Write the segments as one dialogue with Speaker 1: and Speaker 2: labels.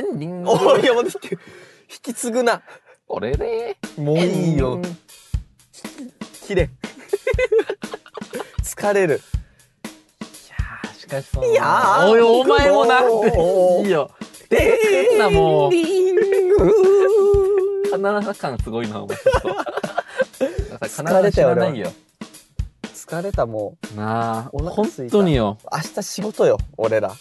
Speaker 1: 俺山で引き引き継ぐな。
Speaker 2: 俺ね。
Speaker 1: もういいよ。綺麗。疲れる。
Speaker 2: あしかしその。
Speaker 1: いやー
Speaker 2: おい、お前もな
Speaker 1: 僕も
Speaker 2: んて。いいよ。で、来んな、もう。
Speaker 1: リング
Speaker 2: カナダ感すごいな、お前ちょっと。だからカナ
Speaker 1: 疲
Speaker 2: ダ
Speaker 1: れ
Speaker 2: 知
Speaker 1: たよ
Speaker 2: らないよ。
Speaker 1: 疲れたもう。
Speaker 2: なあ、
Speaker 1: お腹
Speaker 2: 本
Speaker 1: すいた
Speaker 2: 当によ。
Speaker 1: 明日仕事よ、俺ら。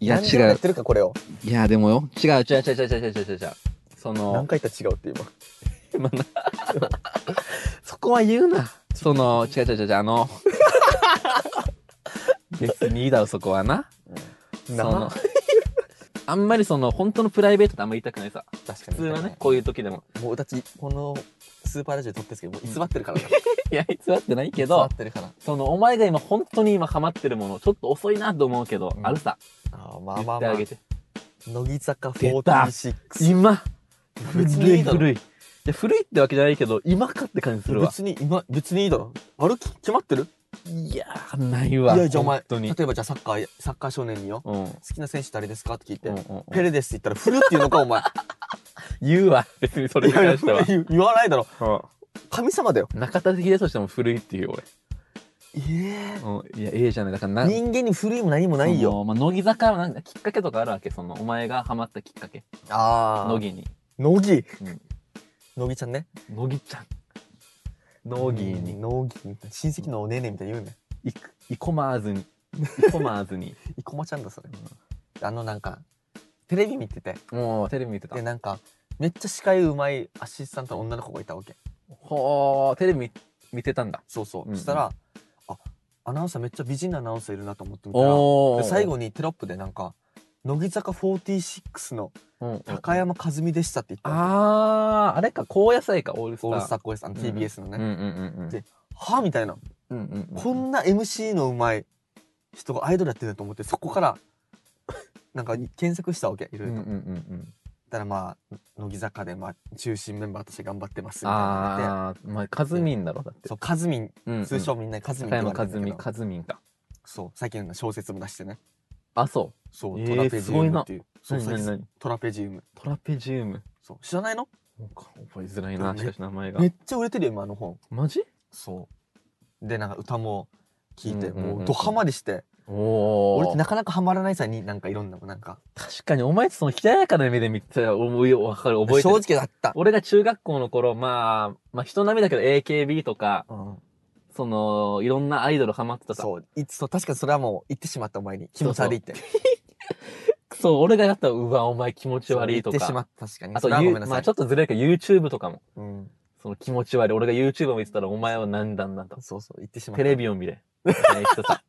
Speaker 2: いや、
Speaker 1: 何時まで
Speaker 2: 違
Speaker 1: やっ
Speaker 2: う。
Speaker 1: てるか、これを。
Speaker 2: いや、でもよ。違う、違う、違う、違う、違う、違う、違う。違うそ
Speaker 1: 何
Speaker 2: の、
Speaker 1: 回言ったら違うって今。
Speaker 2: 今な そこは言うな。その、違う、違う、違う、違うあ の、別にいいだろ、そこはな。そ
Speaker 1: な
Speaker 2: の、あんまりその、本当のプライベートってあんまり言いたくないさ。
Speaker 1: 確か
Speaker 2: 普
Speaker 1: に。
Speaker 2: 通はね、こういう時でも。
Speaker 1: もうだちこのスーパーラジオ撮ってるんですけどもう偽ってるからね
Speaker 2: いや、偽ってないけ
Speaker 1: 偽
Speaker 2: ど
Speaker 1: っ、てるから
Speaker 2: その、お前が今本当に今ハマってるもの、ちょっと遅いなと思うけど、
Speaker 1: うん
Speaker 2: あるさ。
Speaker 1: あーまあ
Speaker 2: 言
Speaker 1: ま
Speaker 2: っ
Speaker 1: あ
Speaker 2: て
Speaker 1: まあ
Speaker 2: あげて。
Speaker 1: 乃木坂
Speaker 2: 出た
Speaker 1: 46
Speaker 2: 今
Speaker 1: 別にいいだろ
Speaker 2: 古い。いや、古いってわけじゃないけど、今かって感じするわ。
Speaker 1: 別に今別にいいだろ歩き決まってる
Speaker 2: いやー、ないわ。
Speaker 1: いやじゃあお前
Speaker 2: 本当に
Speaker 1: 例。えばじゃあサッカーサッカー少年によ
Speaker 2: うん。
Speaker 1: 好きな選手誰ですかって聞いて、
Speaker 2: うんうんう
Speaker 1: ペ
Speaker 2: ん
Speaker 1: レですって言ったらフルって言うのかお 前
Speaker 2: 言うわ。別にそれに
Speaker 1: いや
Speaker 2: 関
Speaker 1: い
Speaker 2: しては
Speaker 1: や。言う言わないだろ
Speaker 2: う
Speaker 1: 神様だよ
Speaker 2: ん中田秀人としても古いっていう、俺。
Speaker 1: ええ
Speaker 2: うん。いや、ええじゃない。だからな、
Speaker 1: 人間に古いも何もない
Speaker 2: そ
Speaker 1: よ
Speaker 2: の。まあ、乃木坂はなんかきっかけとかあるわけ。その、お前がハマったきっかけ。
Speaker 1: ああ
Speaker 2: 乃木に。
Speaker 1: 乃木
Speaker 2: うん
Speaker 1: 乃木ちゃんね
Speaker 2: 乃木ちゃん。乃木に。
Speaker 1: 乃木親戚のおねえねみたいに言うね
Speaker 2: いく、いこまーずに。いこまーず に。
Speaker 1: 生駒ちゃんだそれあのなんかテレビ見てて
Speaker 2: もう、テレビ見てた
Speaker 1: で。なんかめっちゃ視界うまいアシスタントの女の子がいたわけ
Speaker 2: ほー、テレビ見見てたんだ。
Speaker 1: そうそう、
Speaker 2: うんうん
Speaker 1: したらあアナウンサーめっちゃ美人なアナウンサーいるなと思ってみたら
Speaker 2: おー。
Speaker 1: で最後にテロップでなんか「乃木坂46の
Speaker 2: うんうん、
Speaker 1: 高山和美でした」って言ったの
Speaker 2: あー、あれか、高野菜か、オールスター。
Speaker 1: オールスター公演さん TBS のね、
Speaker 2: うんうんうんうん。
Speaker 1: ではあみたいな、
Speaker 2: うんうんうん、
Speaker 1: こんな MC のうまい人がアイドルやってるんだと思ってそこから なんか検索したわけいろ
Speaker 2: う
Speaker 1: い
Speaker 2: ん
Speaker 1: ろ
Speaker 2: うん
Speaker 1: と、
Speaker 2: うんうん。
Speaker 1: たらまあ乃木坂でまあ中心メンバーとして頑張ってますみたいなのが出て
Speaker 2: あー、まあ、カズミンだろ、だって。
Speaker 1: そうカズミン
Speaker 2: うんうん
Speaker 1: 通称みんなにカズミンっ
Speaker 2: 高
Speaker 1: て言
Speaker 2: 山
Speaker 1: われて
Speaker 2: カ
Speaker 1: んだ
Speaker 2: ズ
Speaker 1: け
Speaker 2: ミ、
Speaker 1: ど
Speaker 2: カズミンか。
Speaker 1: そう最近の小説も出してね
Speaker 2: あ、そ
Speaker 1: そう、
Speaker 2: えー
Speaker 1: トラペジウムっていう
Speaker 2: う。
Speaker 1: そう
Speaker 2: 何何
Speaker 1: 最近
Speaker 2: 何
Speaker 1: トラペジウム
Speaker 2: トラペジウム。
Speaker 1: そう知らないの
Speaker 2: なんか覚えづらいな、
Speaker 1: ね
Speaker 2: しかし名前が
Speaker 1: め。っちゃ売れてるよ今あの本
Speaker 2: マジ
Speaker 1: そうでなんか歌も聞いて、
Speaker 2: うんうんうんうん
Speaker 1: もうドハマりして
Speaker 2: おー。
Speaker 1: 俺ってなかなかハマらないさになんかいろんなもなんか
Speaker 2: 確かに、お前ってその冷ややかな目で見てたら、思い、わかる、覚えて
Speaker 1: 正
Speaker 2: る。
Speaker 1: 直だった、
Speaker 2: 俺が中学校の頃、まあ、まあ人並みだけど AKB とか、
Speaker 1: うん、
Speaker 2: その、いろんなアイドルハマってたさ。
Speaker 1: そういそう確かにそれはもう言ってしまったお前に気持ち悪いって
Speaker 2: そう、俺がやったら、うわ、お前気持ち悪いと
Speaker 1: 言ってしま
Speaker 2: か。
Speaker 1: った確かに
Speaker 2: あと、
Speaker 1: それはご
Speaker 2: ゆ
Speaker 1: めんな
Speaker 2: ま
Speaker 1: さ
Speaker 2: あ
Speaker 1: い
Speaker 2: ちょっとずれるけど、YouTube とかも。
Speaker 1: うん、
Speaker 2: その気持ち悪い。俺が YouTube を見てたら、お前は何だんだと。
Speaker 1: そうそう言ってしまった
Speaker 2: テレビを見れ。みたいな人 さ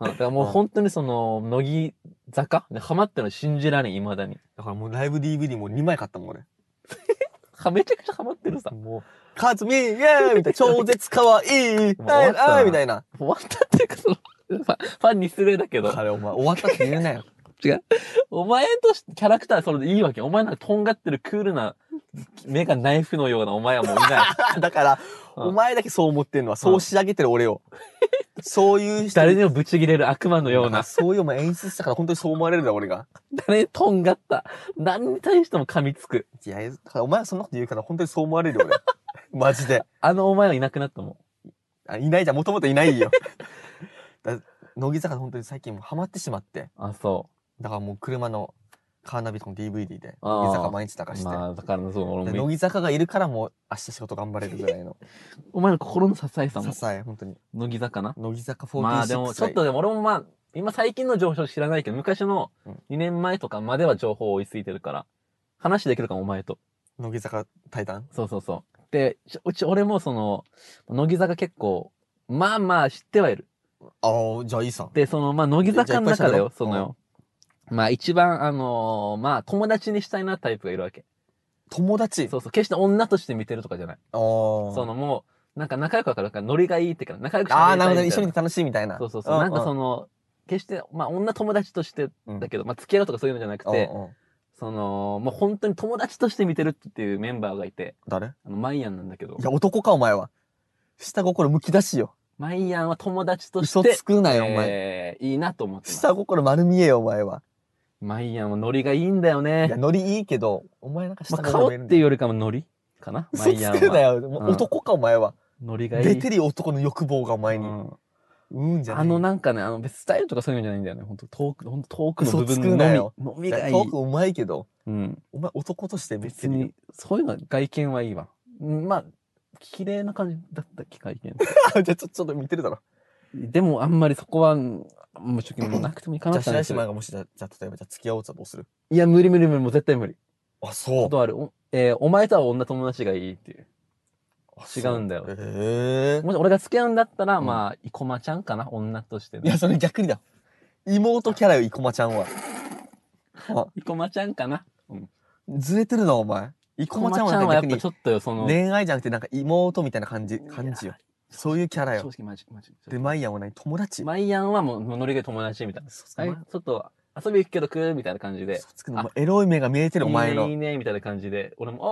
Speaker 2: うんだからもう本当にその、乃木坂でハマってるの信じられん、未だに。
Speaker 1: だからもうライブ DVD も2枚買ったもん俺
Speaker 2: はめちゃくちゃハマってるさ。も
Speaker 1: もう、カズミイエーイみたいな、超絶かわいいはい
Speaker 2: 終わったな
Speaker 1: はいみたいな。
Speaker 2: う終わったっていうか、その、ファンファンに失礼だけど、
Speaker 1: あれ、お前、終わったって言うなよ。
Speaker 2: お前としてキャラクターはそれでいいわけ。お前なんかとんがってるクールな、目がナイフのようなお前はもういない。
Speaker 1: だから、
Speaker 2: うん
Speaker 1: お前だけそう思ってんのは、そう仕上げてる俺を。 そういう人
Speaker 2: 誰にもブチ切れる悪魔のような。
Speaker 1: そういうお前演出したから本当にそう思われるだろ、俺が。
Speaker 2: 誰にとんがった。何に対しても噛みつく。
Speaker 1: いや、だからお前はそんなこと言うから本当にそう思われるよ、俺。 マジで。
Speaker 2: あのお前はいなくなったもん。
Speaker 1: あいないじゃん、もともといないよ。 だ乃木坂本当に最近もうハマってしまって。
Speaker 2: あ、そ
Speaker 1: だからもう車のカーナビとかの DVD で、
Speaker 2: あー
Speaker 1: 乃木坂毎日流
Speaker 2: う。
Speaker 1: して。
Speaker 2: まあ、だからそう、俺
Speaker 1: で
Speaker 2: も、
Speaker 1: 乃木坂がいるからもう明日仕事頑張れるぐらい の。
Speaker 2: お前の心の支えさも、
Speaker 1: 支え、本当に。
Speaker 2: 乃木坂な。
Speaker 1: 乃木坂46
Speaker 2: まあでも、ちょっとでも俺もまあ、今最近の情報知らないけど、昔の
Speaker 1: うん
Speaker 2: 2年前とかまでは情報を追いついてるから、話できるかも、お前と。
Speaker 1: 乃木坂対談
Speaker 2: そうそうそう。で、ちょうち俺もその、乃木坂結構、まあまあ知ってはいる。
Speaker 1: ああじゃあいいさん
Speaker 2: で、その、まあ、乃木坂の中だよ、
Speaker 1: じゃ
Speaker 2: そ
Speaker 1: あいっぱい喋ろう
Speaker 2: のよ。まあ、一番、あのーまあ、友達にしたいなタイプがいるわけ。
Speaker 1: 友達
Speaker 2: そうそう、決して女として見てるとかじゃない。
Speaker 1: あー
Speaker 2: そのもう、なんか仲良くわかるから、ノリがいいってから、仲良くし
Speaker 1: あーなるほどね
Speaker 2: み
Speaker 1: 一
Speaker 2: た
Speaker 1: 緒
Speaker 2: い
Speaker 1: に楽しいみたいな
Speaker 2: そうそうそう。なんかそ
Speaker 1: の
Speaker 2: の、決して、まあ、女友達として
Speaker 1: うん
Speaker 2: だけど、まあ、付き合うとかそういうのじゃなくて、
Speaker 1: うんうん
Speaker 2: その、もう本当に友達として見てるっていうメンバーがいて、
Speaker 1: 誰い
Speaker 2: あの、マイアンなんだけど、
Speaker 1: や男かお前は下心むき出しよ
Speaker 2: マイアンは友達とし
Speaker 1: 嘘
Speaker 2: て
Speaker 1: つ、くなよお前
Speaker 2: えー、いいなと思ってます。
Speaker 1: 下心丸見えよお前は
Speaker 2: マイヤンはノリがいいんだよね
Speaker 1: いや、。ノリいいけど、お前なんか
Speaker 2: ま
Speaker 1: 下
Speaker 2: あ、
Speaker 1: が
Speaker 2: 顔
Speaker 1: 伸
Speaker 2: っ
Speaker 1: びるん
Speaker 2: て
Speaker 1: だ
Speaker 2: いう
Speaker 1: よ。
Speaker 2: よりかもノリかな。マイヤ
Speaker 1: 嘘つく
Speaker 2: ン
Speaker 1: な
Speaker 2: は。
Speaker 1: よ。もううん男か、お前は。
Speaker 2: ノリがいい。
Speaker 1: 出てるよ男の欲望がお前に。
Speaker 2: う
Speaker 1: うんん、じゃねえ
Speaker 2: あのなんかね、あの別にスタイルとかそういうのじゃないんだよね。本当トーク、本当トークの部
Speaker 1: 嘘つ
Speaker 2: 分
Speaker 1: くな
Speaker 2: の
Speaker 1: よ
Speaker 2: み、の
Speaker 1: い
Speaker 2: みが
Speaker 1: や
Speaker 2: いい
Speaker 1: ト。ークうまいけど、
Speaker 2: うん。
Speaker 1: お前男として別
Speaker 2: 別
Speaker 1: に
Speaker 2: に、そういうのは外見はいいわ。うんまあ、綺麗な感じだったっけ、外見。
Speaker 1: あじゃあちょちょっと見てるだろ。
Speaker 2: でもあんまりそこは、うんもう正直もうなくてもいいか
Speaker 1: じ
Speaker 2: な
Speaker 1: ゃあ
Speaker 2: って話
Speaker 1: 白石麻衣がもしじゃあじゃあ例えばじゃあ付き合おうとしたらどうする
Speaker 2: いや、無理無理無理、もう絶対無理。
Speaker 1: あそう。
Speaker 2: 断る。おえーお前とは女友達がいいっていう。
Speaker 1: あ
Speaker 2: 違
Speaker 1: そ
Speaker 2: うんだよ
Speaker 1: へえ
Speaker 2: もし俺が付き合うんだったら、
Speaker 1: うん
Speaker 2: まあ、生駒ちゃんかな、女として
Speaker 1: い
Speaker 2: ね。
Speaker 1: やそれ逆にだ。妹キャラよ生駒ちゃんは。
Speaker 2: 生駒ちゃんかな。
Speaker 1: ずれてるなお前。
Speaker 2: 生
Speaker 1: 生
Speaker 2: 駒
Speaker 1: 駒
Speaker 2: ち
Speaker 1: ち
Speaker 2: ゃ
Speaker 1: ゃ
Speaker 2: ん
Speaker 1: ん
Speaker 2: は
Speaker 1: は
Speaker 2: や
Speaker 1: ね
Speaker 2: っ
Speaker 1: 逆
Speaker 2: ぱ
Speaker 1: に
Speaker 2: ちょっとよ、その。
Speaker 1: 恋愛じゃなくてなんか妹みたいな感じ感
Speaker 2: い
Speaker 1: じよ
Speaker 2: や。
Speaker 1: そういうキャラ
Speaker 2: 正
Speaker 1: よ。
Speaker 2: 直マジ、マジ。
Speaker 1: でマイヤーは何友達。
Speaker 2: マイヤンはもう、ノリが友達みたいな。
Speaker 1: 嘘つく
Speaker 2: は、
Speaker 1: ないお前
Speaker 2: ちょっと遊び行くけど食うみたいな感じで。
Speaker 1: 嘘つくなお前エロい目が見えてるお前
Speaker 2: いい
Speaker 1: の。
Speaker 2: ね、いいね、みたいな感じで。俺も、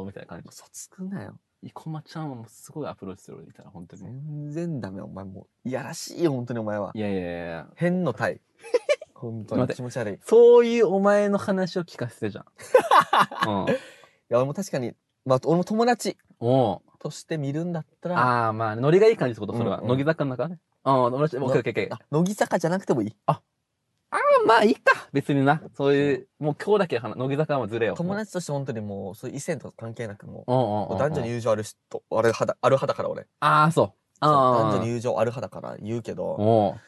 Speaker 2: おーおーみたいな感じ。
Speaker 1: 嘘つくなよ。
Speaker 2: 生駒ちゃんはもうすごいアプローチするみたいな、本当に。
Speaker 1: 全然ダメお前もういやらしいよ本当にお前はい
Speaker 2: やいやいやいや
Speaker 1: 変の体 本当に
Speaker 2: 待って
Speaker 1: 気持ち悪いい
Speaker 2: そういうお前の話を聞かせてじゃ ん。うん。
Speaker 1: や俺も確かにまあ俺も友達
Speaker 2: おう
Speaker 1: として見るんだったら
Speaker 2: ああ、まあ、ノリがいい感じってこと、それは。
Speaker 1: うんうん
Speaker 2: 乃木坂の中ね。うん、オッケーオッケーオッケー。
Speaker 1: あ乃木坂じゃなくてもいい
Speaker 2: まあ、いいか。別にな。そういう、もう今日だけ話、乃木坂はずれよ。
Speaker 1: 友達として本当にもうそういう異性とか関係なくも
Speaker 2: うんうんうんう。
Speaker 1: うん男女に友情ある人あれ肌ある派だから俺
Speaker 2: ああ、そう。あ
Speaker 1: そう
Speaker 2: あ。
Speaker 1: 男女に友情ある派だから言うけど
Speaker 2: おう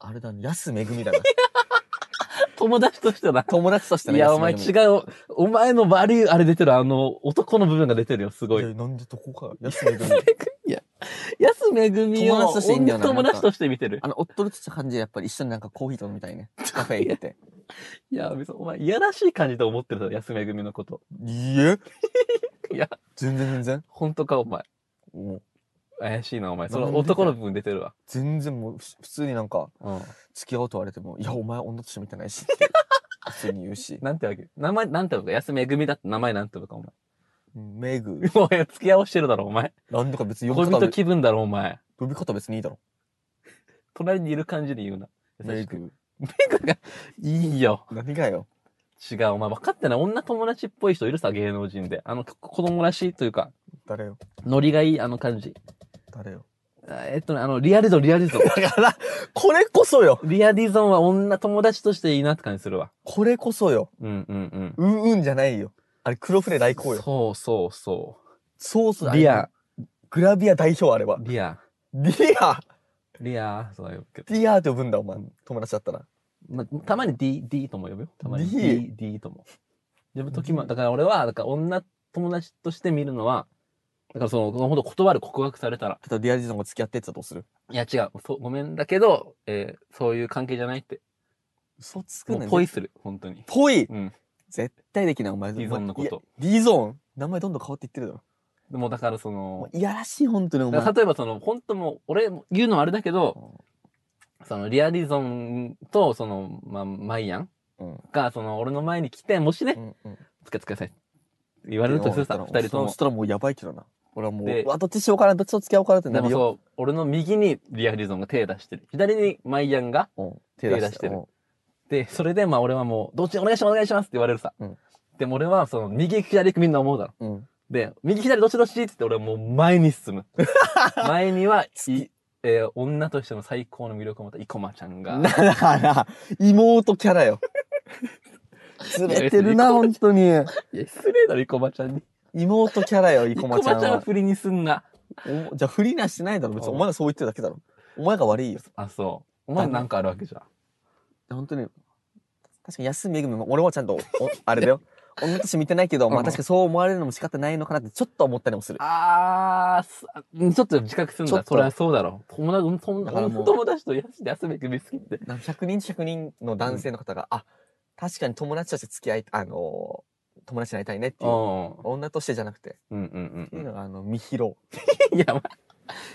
Speaker 1: あれだね安めぐみだな
Speaker 2: 友達としてな。
Speaker 1: 友達として
Speaker 2: い
Speaker 1: ね
Speaker 2: や、
Speaker 1: 安
Speaker 2: お前
Speaker 1: めぐみ
Speaker 2: 違う。お前のバリュー、あれ出てる。あの、男の部分が出てるよ。すごい。
Speaker 1: やなんでどこか安めぐみ
Speaker 2: 安めぐみを
Speaker 1: 友達としていいんだよな
Speaker 2: 女友達として見てる
Speaker 1: あ。のおっとりとした感じでやっぱり一緒になんかコーヒーと飲みた いねカフェ行って
Speaker 2: いや、別にお前、いやらしい感じと思ってるだろ。安めぐみのこと。
Speaker 1: いいえ
Speaker 2: いや、
Speaker 1: 全然全然
Speaker 2: 本当か、お前。
Speaker 1: もう
Speaker 2: 怪しいな、お前。そ
Speaker 1: なん
Speaker 2: の
Speaker 1: で
Speaker 2: 男の部分出てるわ。
Speaker 1: 全然もうふ普通になんか
Speaker 2: うん。
Speaker 1: 付き合おうと言われても「いやお前女として見てないし」 って普通に言うし
Speaker 2: なんてわけ名前、なんてわけ安めぐみだって名前なんてわけか、お前。
Speaker 1: 「メグ
Speaker 2: お前、付き合わしてるだろ、お前。
Speaker 1: なんとか別に呼
Speaker 2: 恋
Speaker 1: び方
Speaker 2: 人
Speaker 1: は
Speaker 2: 気分だろ、お前。
Speaker 1: 呼び方別にいいだろ
Speaker 2: 隣にいる感じで言うな。
Speaker 1: メ
Speaker 2: 優しく。
Speaker 1: グ
Speaker 2: いいよ。
Speaker 1: 何がよ
Speaker 2: 違う、お前分かってない。女友達っぽい人いるさ、芸能人で。あの、こ子供らしいというか、
Speaker 1: 誰よ
Speaker 2: ノリがいい、あの感じ。
Speaker 1: 誰よ
Speaker 2: あえっとね、あの、リアリゾン、リアリ ゾン。
Speaker 1: だからこれこそよ
Speaker 2: リアリゾンは女友達としていいなって感じするわ。
Speaker 1: これこそよ
Speaker 2: うんうんうん。
Speaker 1: うんうんじゃないよあれ黒船来航よ
Speaker 2: そうそうそ。
Speaker 1: そうそうう
Speaker 2: リア、
Speaker 1: グラビア代表あれは
Speaker 2: リア、
Speaker 1: リア
Speaker 2: リア、そうだよけど。
Speaker 1: リアって呼ぶんだお前友達だったら
Speaker 2: ま、たまに D、D とも呼ぶよ。たまに
Speaker 1: D
Speaker 2: D、D とも。呼ぶときも、だから俺は、だから女友達として見るのは、だからその、ほんと断る告白されたら、
Speaker 1: 例えばリアリゾンが付き合ってってたらどうする
Speaker 2: いや違う、そうごめんだけど、えーそういう関係じゃないって。
Speaker 1: 嘘つく
Speaker 2: も
Speaker 1: ね
Speaker 2: うポイする、本当に。
Speaker 1: ぽい
Speaker 2: うん。
Speaker 1: 絶対できないお前
Speaker 2: リゾンのこと。
Speaker 1: いやリゾン名前どんどん変わっていってるだろ
Speaker 2: でもだからそ
Speaker 1: も
Speaker 2: の、
Speaker 1: ういやらしい本当にお
Speaker 2: だから
Speaker 1: 前
Speaker 2: 例えばその、本当もう、俺も言うのはあれだけど、その、リアリゾンと、その、まあ、マイアン
Speaker 1: うん
Speaker 2: が、その、俺の前に来て、もしね、
Speaker 1: うんうん
Speaker 2: つけてくださいって言われるとするさ、
Speaker 1: うん
Speaker 2: 二人と
Speaker 1: そ
Speaker 2: も
Speaker 1: し。たらもうやばいけどな俺はもう
Speaker 2: で
Speaker 1: うわどっちしようかなどっちと付き合おうかなって
Speaker 2: で
Speaker 1: な
Speaker 2: も
Speaker 1: るよ
Speaker 2: そう、俺の右にリアリゾンが手出してる。左にマイアンが、
Speaker 1: うん
Speaker 2: 手出してる
Speaker 1: うん
Speaker 2: で、それでまあ俺はもう、どっちお願いします、お願いしますって言われるさ。
Speaker 1: うん
Speaker 2: でも俺は、その、右左行くみんな思うだろ。
Speaker 1: うん
Speaker 2: で、右左どっちどっちって言って俺はもう前に進 む。前には、いえー女としての最高の魅力を持った生駒ちゃんが。
Speaker 1: だから妹キャラよずれてる
Speaker 2: い
Speaker 1: な
Speaker 2: や
Speaker 1: 本当に
Speaker 2: いや失礼だろ、生駒ちゃんに。
Speaker 1: 妹キャラよ生
Speaker 2: 生
Speaker 1: 駒
Speaker 2: 駒
Speaker 1: ち
Speaker 2: ち
Speaker 1: ゃ
Speaker 2: ゃ
Speaker 1: ん
Speaker 2: んは
Speaker 1: は
Speaker 2: 振りにすんな。
Speaker 1: おじゃあ不利なしてないだろ別にお前がそう言ってるだけだろお前が悪いよ
Speaker 2: あ、そう。お前なんかあるわけじゃん。
Speaker 1: 本当に確かに安めぐみも俺もちゃんとおあれだよ女として見てないけど、ま
Speaker 2: う
Speaker 1: あ
Speaker 2: ん
Speaker 1: 確かにそう思われるのも仕方ないのかなってちょっと思ったりもする
Speaker 2: あーすうんちょっと自覚すん
Speaker 1: ちょ
Speaker 2: だ
Speaker 1: っ。と
Speaker 2: それはそうだろ。友達うんそん
Speaker 1: だからもう
Speaker 2: 友達とやしで休め組好きって。
Speaker 1: なんか100人100人の男性の方が、あ確かに友達として付き合いあのー友達になりたいねって
Speaker 2: う
Speaker 1: い
Speaker 2: ん。う
Speaker 1: うん女としてじゃなくて
Speaker 2: うん
Speaker 1: っ
Speaker 2: う
Speaker 1: ていうんのがあの見披露
Speaker 2: うん。いや、まあ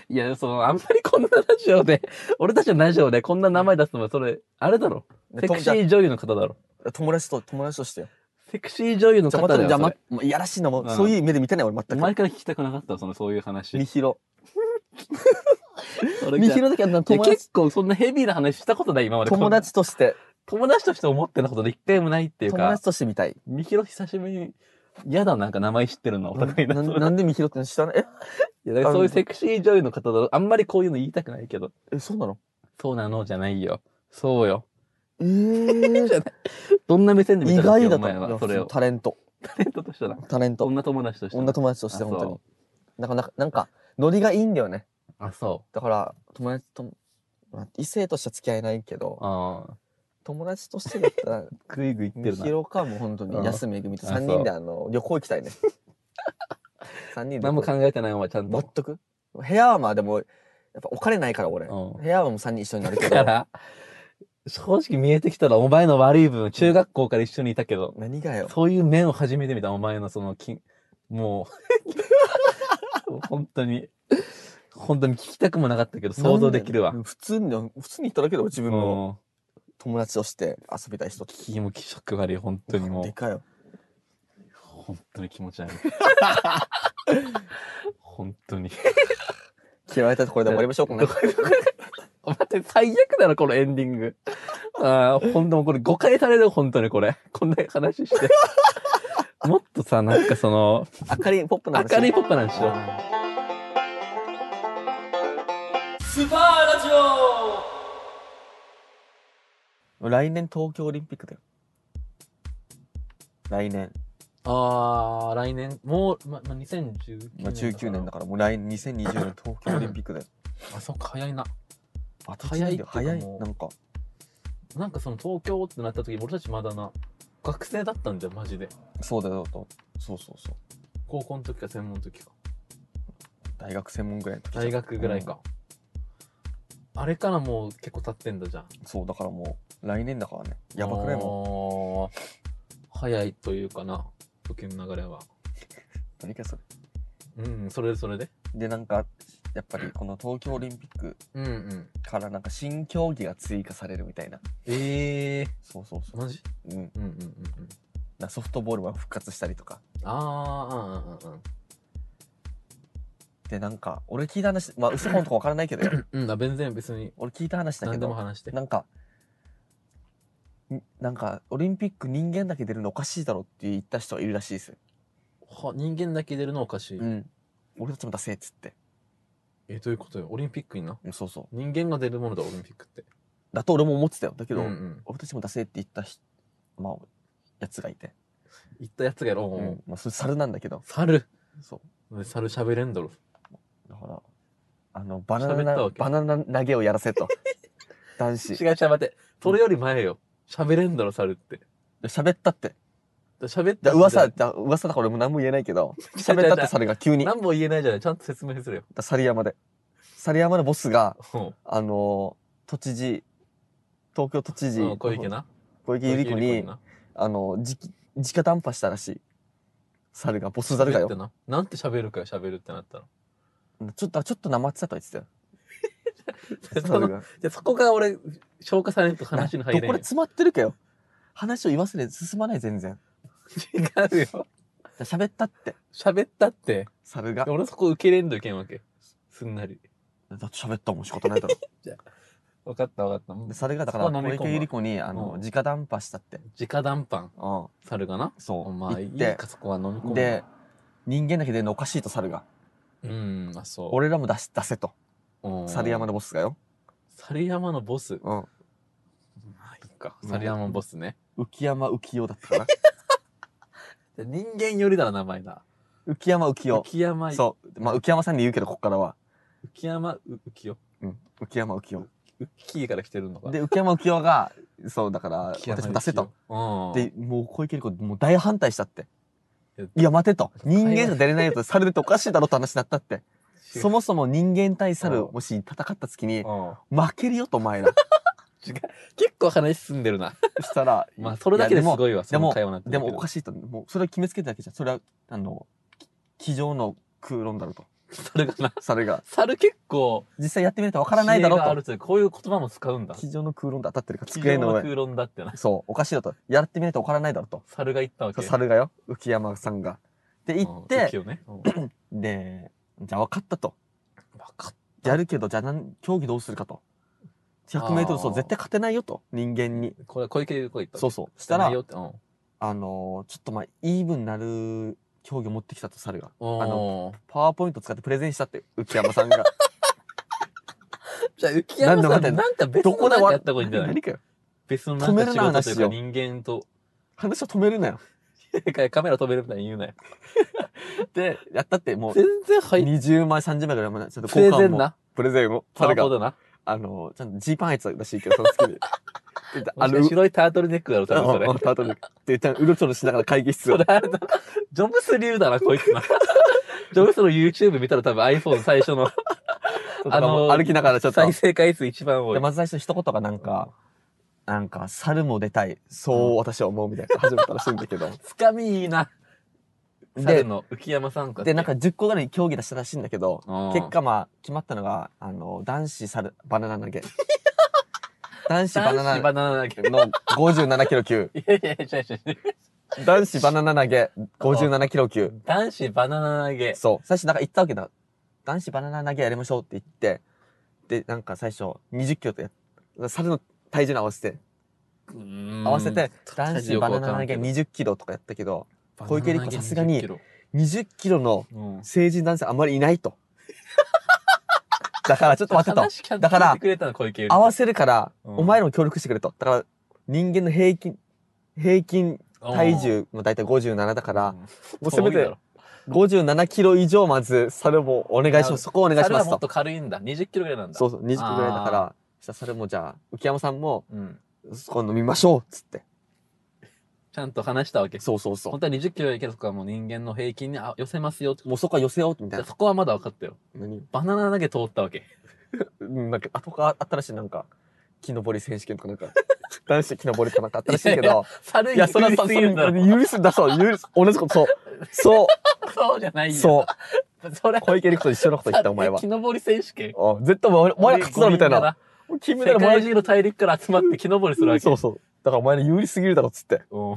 Speaker 2: いや、その、あんまりこんなラジオで、俺たちのラジオでこんな名前出すのは、それ、あれだろ。セクシ
Speaker 1: とじ
Speaker 2: ー女優の方だろ。
Speaker 1: ゃ友達と友達としてよ
Speaker 2: セクシー女優の
Speaker 1: じゃ
Speaker 2: 方
Speaker 1: あま
Speaker 2: だ
Speaker 1: た
Speaker 2: よ。
Speaker 1: じゃあ、ま
Speaker 2: それ、
Speaker 1: まいやらしいのも、
Speaker 2: うん
Speaker 1: そういう目で見てない俺全く
Speaker 2: 前から聞きたくなかったわそのそういう話。
Speaker 1: 見披露
Speaker 2: それ
Speaker 1: 見
Speaker 2: じゃ
Speaker 1: 披露だけは友
Speaker 2: いや
Speaker 1: 達
Speaker 2: 結構そんなヘビーな話したことない今まで。
Speaker 1: 友達として
Speaker 2: 友達として思ってたことで一回もないっていう
Speaker 1: 友
Speaker 2: か
Speaker 1: 達、としてみたい。
Speaker 2: みひろ久しぶりに、嫌だなんか名前知ってるの、お互いな。
Speaker 1: な
Speaker 2: そ
Speaker 1: ん
Speaker 2: れ
Speaker 1: なんで見拾ってんの知らない
Speaker 2: いやだからそういうセクシー女優の方だろ、あんまりこういうの言いたくないけど、
Speaker 1: え、え、そうなの
Speaker 2: そうなのじゃないよ。そうよ。
Speaker 1: え ー、
Speaker 2: どんな目線で見
Speaker 1: 意
Speaker 2: たら
Speaker 1: 外だ
Speaker 2: お前
Speaker 1: と
Speaker 2: は
Speaker 1: 思
Speaker 2: それ
Speaker 1: う。
Speaker 2: を。
Speaker 1: タレント。
Speaker 2: タレントとしたら、
Speaker 1: タレント。
Speaker 2: 女友達とした
Speaker 1: 女
Speaker 2: ら。
Speaker 1: 友達として、本当
Speaker 2: あ
Speaker 1: に。なんか、なんか、なんか、ノリがいいんだよね。
Speaker 2: あ、そ
Speaker 1: だから、友達と、まあ異性としては付き合えないけど
Speaker 2: う。、ああ。
Speaker 1: 友達としてだっ たら、
Speaker 2: グイグイ言って
Speaker 1: み
Speaker 2: るな
Speaker 1: ひ。ろかもう本当に
Speaker 2: うん
Speaker 1: 安めぐみと
Speaker 2: あ
Speaker 1: 3人であの旅行行きた いね3人で
Speaker 2: 何も考えてないお前ちゃん
Speaker 1: 持っ
Speaker 2: と。
Speaker 1: とく部屋はまあでもやっぱお金ないから俺、
Speaker 2: うん
Speaker 1: 部屋はもう3人一緒になる け
Speaker 2: だか
Speaker 1: ど
Speaker 2: ら、正直見えてきたらお前の悪い部分、中学校から一緒にいたけど、
Speaker 1: 何がよ
Speaker 2: そういう面を初めて見たお前のその、きもう、本当に、本当に聞きたくもなかったけど、想像できるわ
Speaker 1: な。んで普通に普通に言っただけで自分の
Speaker 2: も
Speaker 1: 友達として遊びたい人
Speaker 2: う、気も気色悪い、本当にも
Speaker 1: で
Speaker 2: う、
Speaker 1: かよ
Speaker 2: 本当に気持ち悪い。 本当に。
Speaker 1: 嫌われたところで終わりましょうかね
Speaker 2: お前って最悪だろ、このエンディング。ああ、ほんともうこれ誤解されるよ、本当にこれ。こんな話して。もっとさ、なんかその、
Speaker 1: 明るいポップな話
Speaker 2: 明るいポップなんでしょ。スパーラジオ
Speaker 1: 来年東京オリンピックだよ来年、
Speaker 2: あー、来年、もう、ま、ま2019年。
Speaker 1: まあ、19年だからもう来年2020年東京オリンピックだよ
Speaker 2: あ、そっか、早いな。
Speaker 1: あと一年だよ
Speaker 2: 早
Speaker 1: 早
Speaker 2: いっていうかもう
Speaker 1: いなんか
Speaker 2: なんかその東京ってなった時、俺たちまだな、学生だったんじゃん、マジで。
Speaker 1: そうだよとそうそうそう
Speaker 2: 高校の時か、専門の時か。
Speaker 1: 大学専門ぐらいの時じゃん
Speaker 2: 大学ぐらいか、あれからもう結構経ってんだじゃん
Speaker 1: そうだからもう来年だからねやばくないもん
Speaker 2: もん早いというかな時の流れは
Speaker 1: 何かそれ
Speaker 2: うんそれでそれで
Speaker 1: でなんかやっぱりこの東京オリンピック
Speaker 2: うんうん
Speaker 1: からなんか新競技が追加されるみたいな
Speaker 2: ええ
Speaker 1: そうそうそ
Speaker 2: マジ
Speaker 1: う、うん、
Speaker 2: うんうんうんうん
Speaker 1: なソフトボールは復活したりとか
Speaker 2: あーあ
Speaker 1: でなんか俺聞いた話まあ嘘本とかわからないけど よ
Speaker 2: うんうんうんあ全然別に
Speaker 1: 俺聞いた話だけ
Speaker 2: 何でも
Speaker 1: ど
Speaker 2: 話して
Speaker 1: なんかんなんかオリンピック人間だけ出るのおかしいだろって言った人がいるらしいですよ、
Speaker 2: は人間だけ出るのおかしい、
Speaker 1: うん、俺たちも出せっつって
Speaker 2: えどういうことよオリンピックにな
Speaker 1: うんそうそう
Speaker 2: 人間が出るものだオリンピックって
Speaker 1: だと俺も思ってたよだけ
Speaker 2: うん
Speaker 1: ど、
Speaker 2: うん
Speaker 1: 俺たちも出せって言ったひまあ、やつがいて、
Speaker 2: 言ったやつがやろう、
Speaker 1: うんまあ、それ猿なんだけど
Speaker 2: 猿
Speaker 1: そ
Speaker 2: 猿喋れんだろ
Speaker 1: うだからあのバナ
Speaker 2: 喋った
Speaker 1: ナ
Speaker 2: わけ
Speaker 1: バナナ投げをやらせと 男子
Speaker 2: 違う違う待ってそれより前よ喋れんだろ猿って
Speaker 1: 喋ったって
Speaker 2: だ喋っ
Speaker 1: じ
Speaker 2: て
Speaker 1: ゃあ噂だ噂だから俺も何も言えない けど喋ったって猿が急に
Speaker 2: 何も言えないじゃないちゃんと説明するよ
Speaker 1: だ猿山で猿山のボスが
Speaker 2: ほ
Speaker 1: あのー都知事東京都知
Speaker 2: う
Speaker 1: 事
Speaker 2: ん小池な
Speaker 1: 小池百合子に
Speaker 2: な
Speaker 1: あのじ直談判したらしい猿がボス猿が
Speaker 2: 喋っ
Speaker 1: よ
Speaker 2: てななんて喋るかよ喋るってなったの
Speaker 1: うんちょっとあちょっとなまってたとは言ってた よ
Speaker 2: そ
Speaker 1: 猿
Speaker 2: の
Speaker 1: が
Speaker 2: じゃあそこが俺消化されると話に入
Speaker 1: ど
Speaker 2: れ
Speaker 1: こ
Speaker 2: ん
Speaker 1: で
Speaker 2: よ
Speaker 1: 詰まってるかよ話を言わせで進まない全然
Speaker 2: 違うよ
Speaker 1: 喋ったって
Speaker 2: 喋ったって
Speaker 1: 猿がだ
Speaker 2: 俺そこ受けれんといけんわけすんなり
Speaker 1: って喋ったもん仕方 ないだろ
Speaker 2: 分かった分かっ
Speaker 1: で
Speaker 2: た
Speaker 1: 猿がだから
Speaker 2: そこは飲
Speaker 1: 小
Speaker 2: み込む
Speaker 1: 池百合子にあの、
Speaker 2: うん
Speaker 1: 直談判したって
Speaker 2: 直談判
Speaker 1: うん
Speaker 2: 猿がな
Speaker 1: そう
Speaker 2: まあい
Speaker 1: 言っ
Speaker 2: い
Speaker 1: て
Speaker 2: かそこは飲み込む
Speaker 1: で人間だけ出るのおかしいと猿が
Speaker 2: うんあそう
Speaker 1: 俺らも出し出せと
Speaker 2: うん
Speaker 1: 猿山のボスがよ、
Speaker 2: 猿山のボス
Speaker 1: うん、
Speaker 2: まあいいか猿山のボスね
Speaker 1: 浮山浮世だった かな
Speaker 2: で人間よりだろ名前だ
Speaker 1: 浮山浮世
Speaker 2: 浮山
Speaker 1: そうまあ浮山さんに言うけどここからは、
Speaker 2: 浮山う浮世
Speaker 1: うん、浮山浮世
Speaker 2: ウッキーから来てるのか。
Speaker 1: で浮山浮世がそうだから
Speaker 2: 木山幸
Speaker 1: 私も
Speaker 2: 夫、
Speaker 1: 出せと
Speaker 2: うん。
Speaker 1: で、もう小池百合子、もう大反対したって
Speaker 2: いや。
Speaker 1: いや、待てと。人間が出れないよと、猿出ておかしいだろって話になったって。そ
Speaker 2: の、
Speaker 1: もそも人間対猿、
Speaker 2: うん
Speaker 1: もし戦った月に、
Speaker 2: うん。
Speaker 1: 負けるよと、お前ら。
Speaker 2: 違う。結構話進んでるな。
Speaker 1: そしたら、
Speaker 2: まあ、それだけです
Speaker 1: い
Speaker 2: ごいわ、
Speaker 1: やで
Speaker 2: そ
Speaker 1: も
Speaker 2: の会話になって
Speaker 1: や。でも、でもおか
Speaker 2: しい。
Speaker 1: しいと。もう、それは決めつけただけじゃん。それは、あの、机上の空論だろと。
Speaker 2: 猿がな。
Speaker 1: 猿が。
Speaker 2: 猿結構、
Speaker 1: 実際やってみるとわからないだろ
Speaker 2: 知恵がある
Speaker 1: と。
Speaker 2: という、こういう言葉も使うんだ。
Speaker 1: 机上の空論で当たってるから、机
Speaker 2: 机上
Speaker 1: の上。
Speaker 2: 空論だってな。
Speaker 1: そう、おかしいだと。やってみるとわからないだろと。
Speaker 2: 猿が言ったわけ。
Speaker 1: 猿がよ、浮山さんが。で、
Speaker 2: うん
Speaker 1: 行っ
Speaker 2: 浮
Speaker 1: て、
Speaker 2: 世 ね。うん
Speaker 1: で、じゃあ分かったと。
Speaker 2: わかっ
Speaker 1: やるけど、じゃあ何、競技どうするかと。 100m 走
Speaker 2: あー
Speaker 1: 絶対勝てないよと人間に
Speaker 2: これ小池でこう言った
Speaker 1: そううそうしたら
Speaker 2: よって、うん、
Speaker 1: あのーちょっとまあイーブンなる競技を持ってきたと猿が
Speaker 2: あの
Speaker 1: パワーポイント使ってプレゼンし たって浮山さんが
Speaker 2: じゃあ浮山さ
Speaker 1: なん
Speaker 2: ん
Speaker 1: で待って
Speaker 2: なんか別
Speaker 1: ど
Speaker 2: の
Speaker 1: こで
Speaker 2: なんかやったこと
Speaker 1: 何
Speaker 2: じゃない
Speaker 1: 何かよ
Speaker 2: 別のなんか仕事という
Speaker 1: 止め
Speaker 2: か
Speaker 1: るな
Speaker 2: 人間と
Speaker 1: 話を止めるなよ
Speaker 2: カメラ止めるみたいに言うな よ
Speaker 1: でやったってもう
Speaker 2: 全然入って
Speaker 1: 20枚30枚ぐらいもないちょっと
Speaker 2: プレ
Speaker 1: 交
Speaker 2: ゼ
Speaker 1: 換
Speaker 2: ン
Speaker 1: も
Speaker 2: な
Speaker 1: プレゼンを
Speaker 2: タ
Speaker 1: 猿
Speaker 2: ー
Speaker 1: が
Speaker 2: トルだな
Speaker 1: あのーちゃんとジーパンあいつらしいけどその好きでで あ
Speaker 2: あ
Speaker 1: の
Speaker 2: の白いタートルネックだろ多分それ
Speaker 1: うんうんタートルネックでちゃんとうろちょろしながら会議室
Speaker 2: そ
Speaker 1: を
Speaker 2: れあれだ ジョブス流だなこいつな ジョブスの YouTube 見たら多分 iPhone 最初の
Speaker 1: あの歩きながらちょっと
Speaker 2: 再生回数一番多
Speaker 1: で
Speaker 2: い
Speaker 1: まず最初に一言がなんか、なんか、猿も出たい。そう私は思うみたいな始めたらしいんだけど。
Speaker 2: つかみいいな
Speaker 1: で
Speaker 2: 猿の浮山さんか
Speaker 1: で、なんか10個ぐらい競技出したらしいんだけど、結
Speaker 2: 結
Speaker 1: 果まあ、決まったのが、あの、男子猿、バナナ 投げ。男子バ
Speaker 2: 男
Speaker 1: ナナ
Speaker 2: 子バナナだけど
Speaker 1: の57キロ級。
Speaker 2: いやいやいやいやいや
Speaker 1: 男子バナナ投げ、57キロ級。
Speaker 2: 男子バナナ投げ
Speaker 1: そう。最初なんか言ったわけだ。男子バナナ投げやりましょうって言って、で、なんか最初20キロとやっ、猿の体重に合わせて、合
Speaker 2: 合
Speaker 1: わせて、男子バナナ投げ20キロとかやったけど、小池百合子さすがに20キロの成人男性あんまりい ないと。だからちょっと待ってと。
Speaker 2: てと
Speaker 1: だから
Speaker 2: くれたの小池百合子
Speaker 1: 合わせるから、
Speaker 2: うん
Speaker 1: お前らも協力してくれと。だから、人間の平均、平均体重もだいたい57だから、もうせめて57キロ以上まず、猿もお願いしま
Speaker 2: な
Speaker 1: す。そこをお
Speaker 2: お
Speaker 1: 願いしま
Speaker 2: は
Speaker 1: す
Speaker 2: もっ
Speaker 1: と。
Speaker 2: と軽いんだ20キロぐらいなんだ、
Speaker 1: そううそう、20キロぐらいだから、そしたら猿もじゃあ、浮山さんも、
Speaker 2: ん、
Speaker 1: 今度見ましょうっつって。
Speaker 2: ちゃんと話したわけ
Speaker 1: そうそうそ
Speaker 2: 本当は20キロやけどそこはもう人間の平均にあ寄せますよって
Speaker 1: う。もうそこは寄せようみたいな。
Speaker 2: そこはまだ分かったよ
Speaker 1: 何
Speaker 2: バナナ投げ通ったわけ
Speaker 1: うん、なんか、あとか、新しいなんか、木登り選手権とかなんか、 男子木登りとかなんか新しいけ
Speaker 2: いやいや
Speaker 1: ど、
Speaker 2: 猿
Speaker 1: いや、それ
Speaker 2: 有
Speaker 1: は
Speaker 2: 利
Speaker 1: そ
Speaker 2: す
Speaker 1: う、
Speaker 2: ぎるんだろ
Speaker 1: 許すだ、そう、許す、同じこと、そう。そう、
Speaker 2: そうじゃ ないよ
Speaker 1: そう
Speaker 2: そ れ。
Speaker 1: う。小池陸と一緒のこと言った、お前は
Speaker 2: 木。登り選手権
Speaker 1: うん絶対お前、俺お前ら勝つだ、みたいな。金メダ
Speaker 2: 世
Speaker 1: ルもらえ
Speaker 2: 界中の大陸から集まって木登りするわけ
Speaker 1: そうそう。だからお前ら有利すぎるだろ、つって。
Speaker 2: うん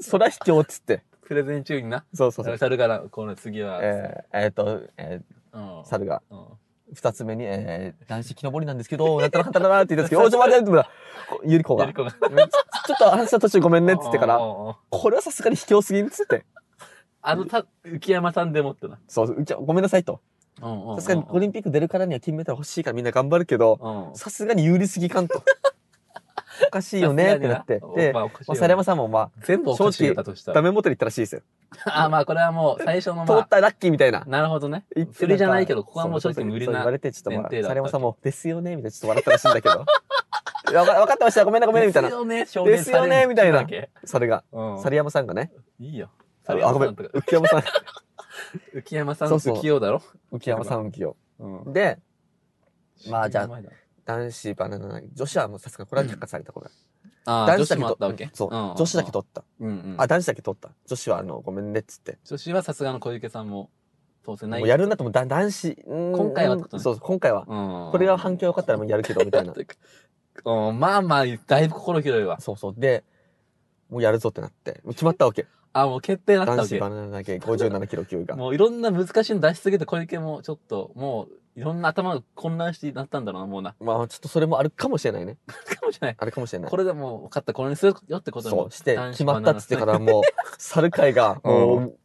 Speaker 1: そりゃ卑怯、つって。
Speaker 2: プレゼン中にな
Speaker 1: そうそうそう。
Speaker 2: 猿からこの次は、
Speaker 1: えー、えーっと、え
Speaker 2: うん
Speaker 1: ー、猿が、
Speaker 2: うん
Speaker 1: 二つ目に、えー、男子木登りなんですけど、なんたらかんたらなって言ったん ですけど、お、ちょ、待って、待って、ゆり子が、
Speaker 2: や
Speaker 1: ち
Speaker 2: りこが
Speaker 1: ょちょっと話した途中ごめんね、っつってか
Speaker 2: うん
Speaker 1: ら、
Speaker 2: うんうん
Speaker 1: これはさすがに卑怯すぎん、つって。
Speaker 2: あのた浮山さんでもってな
Speaker 1: そう、うちはごめんなさいと。さすがにオリンピック出るからには金メダル欲しいからみんな頑張るけど、
Speaker 2: うん
Speaker 1: さすがに有利すぎかん と。おかしいよねってなって。で、
Speaker 2: ま
Speaker 1: ま
Speaker 2: あおかしいよ
Speaker 1: あ、
Speaker 2: ね
Speaker 1: 猿山さんもま
Speaker 2: 全部おかしいよだとした
Speaker 1: あ、
Speaker 2: ら
Speaker 1: ダメ元に行ったらしいですよ。
Speaker 2: あまあこれはもう最初の
Speaker 1: 通
Speaker 2: ま
Speaker 1: ったラッキーみたいな
Speaker 2: あ。なるほどね
Speaker 1: 言って
Speaker 2: 釣りじゃないけどここはもうち
Speaker 1: そ
Speaker 2: ょっと無理
Speaker 1: そう
Speaker 2: な
Speaker 1: 言われて、ちょっとまあ、
Speaker 2: 前提だった
Speaker 1: 猿山さんも、ですよねみたいな、ちょっと笑ったらしいんだ けど。いやわか分かってました、ごめんね、ごめんね、みたい
Speaker 2: です
Speaker 1: な。
Speaker 2: よね証明される
Speaker 1: ですよねみたいな
Speaker 2: わけ
Speaker 1: それが、
Speaker 2: うん
Speaker 1: 猿山さんがね、
Speaker 2: いいよ
Speaker 1: あ
Speaker 2: 猿山
Speaker 1: ごめ
Speaker 2: さ
Speaker 1: ん、
Speaker 2: んとか
Speaker 1: 浮山さん、
Speaker 2: 浮山さん
Speaker 1: そうそう
Speaker 2: 浮世だろ
Speaker 1: 浮山さん浮世。
Speaker 2: うん
Speaker 1: で、まあじゃあ
Speaker 2: 死ぬ前だ
Speaker 1: 男子バナナ、女子はもうさすが、これは却下された、これ。
Speaker 2: あー
Speaker 1: 男
Speaker 2: 女
Speaker 1: 子
Speaker 2: 子
Speaker 1: だけ
Speaker 2: もあったわ
Speaker 1: 取
Speaker 2: け
Speaker 1: そう、
Speaker 2: ん
Speaker 1: 女子だけ取った。
Speaker 2: うんうん
Speaker 1: あ、男子だけ取った。女子はあの、ごめんねっつって。
Speaker 2: 女子はさすがの小池さんも当選ない
Speaker 1: もうやるんだともうだ男子、今
Speaker 2: 今回はってことね
Speaker 1: そうそう、今回は。こ
Speaker 2: こ
Speaker 1: れが反響良かったらもうやるけど、みたいな。
Speaker 2: うん、まあまあ、だいぶ心広いわ。
Speaker 1: そうそう。で、もうやるぞってなって。もう決まったわけ。
Speaker 2: あ、もう決定になった
Speaker 1: 男
Speaker 2: わ
Speaker 1: 子
Speaker 2: け
Speaker 1: バ。ナナ投げ57キロ級 が。
Speaker 2: もういろんな難しいの出しすぎて小池もちょっと、もういろんな頭が混乱してなったんだろうな、もうな。
Speaker 1: まあ、ちょっとそれもあるかもしれないね。
Speaker 2: かもしれない。
Speaker 1: あるかもしれない
Speaker 2: こ。れでもう分かった、これにするよってことだも
Speaker 1: そ
Speaker 2: ん
Speaker 1: う、して、
Speaker 2: 男
Speaker 1: 決
Speaker 2: 子
Speaker 1: ま
Speaker 2: バ
Speaker 1: った
Speaker 2: ナ
Speaker 1: っ
Speaker 2: ナ
Speaker 1: つってからもう、猿 会が、もう、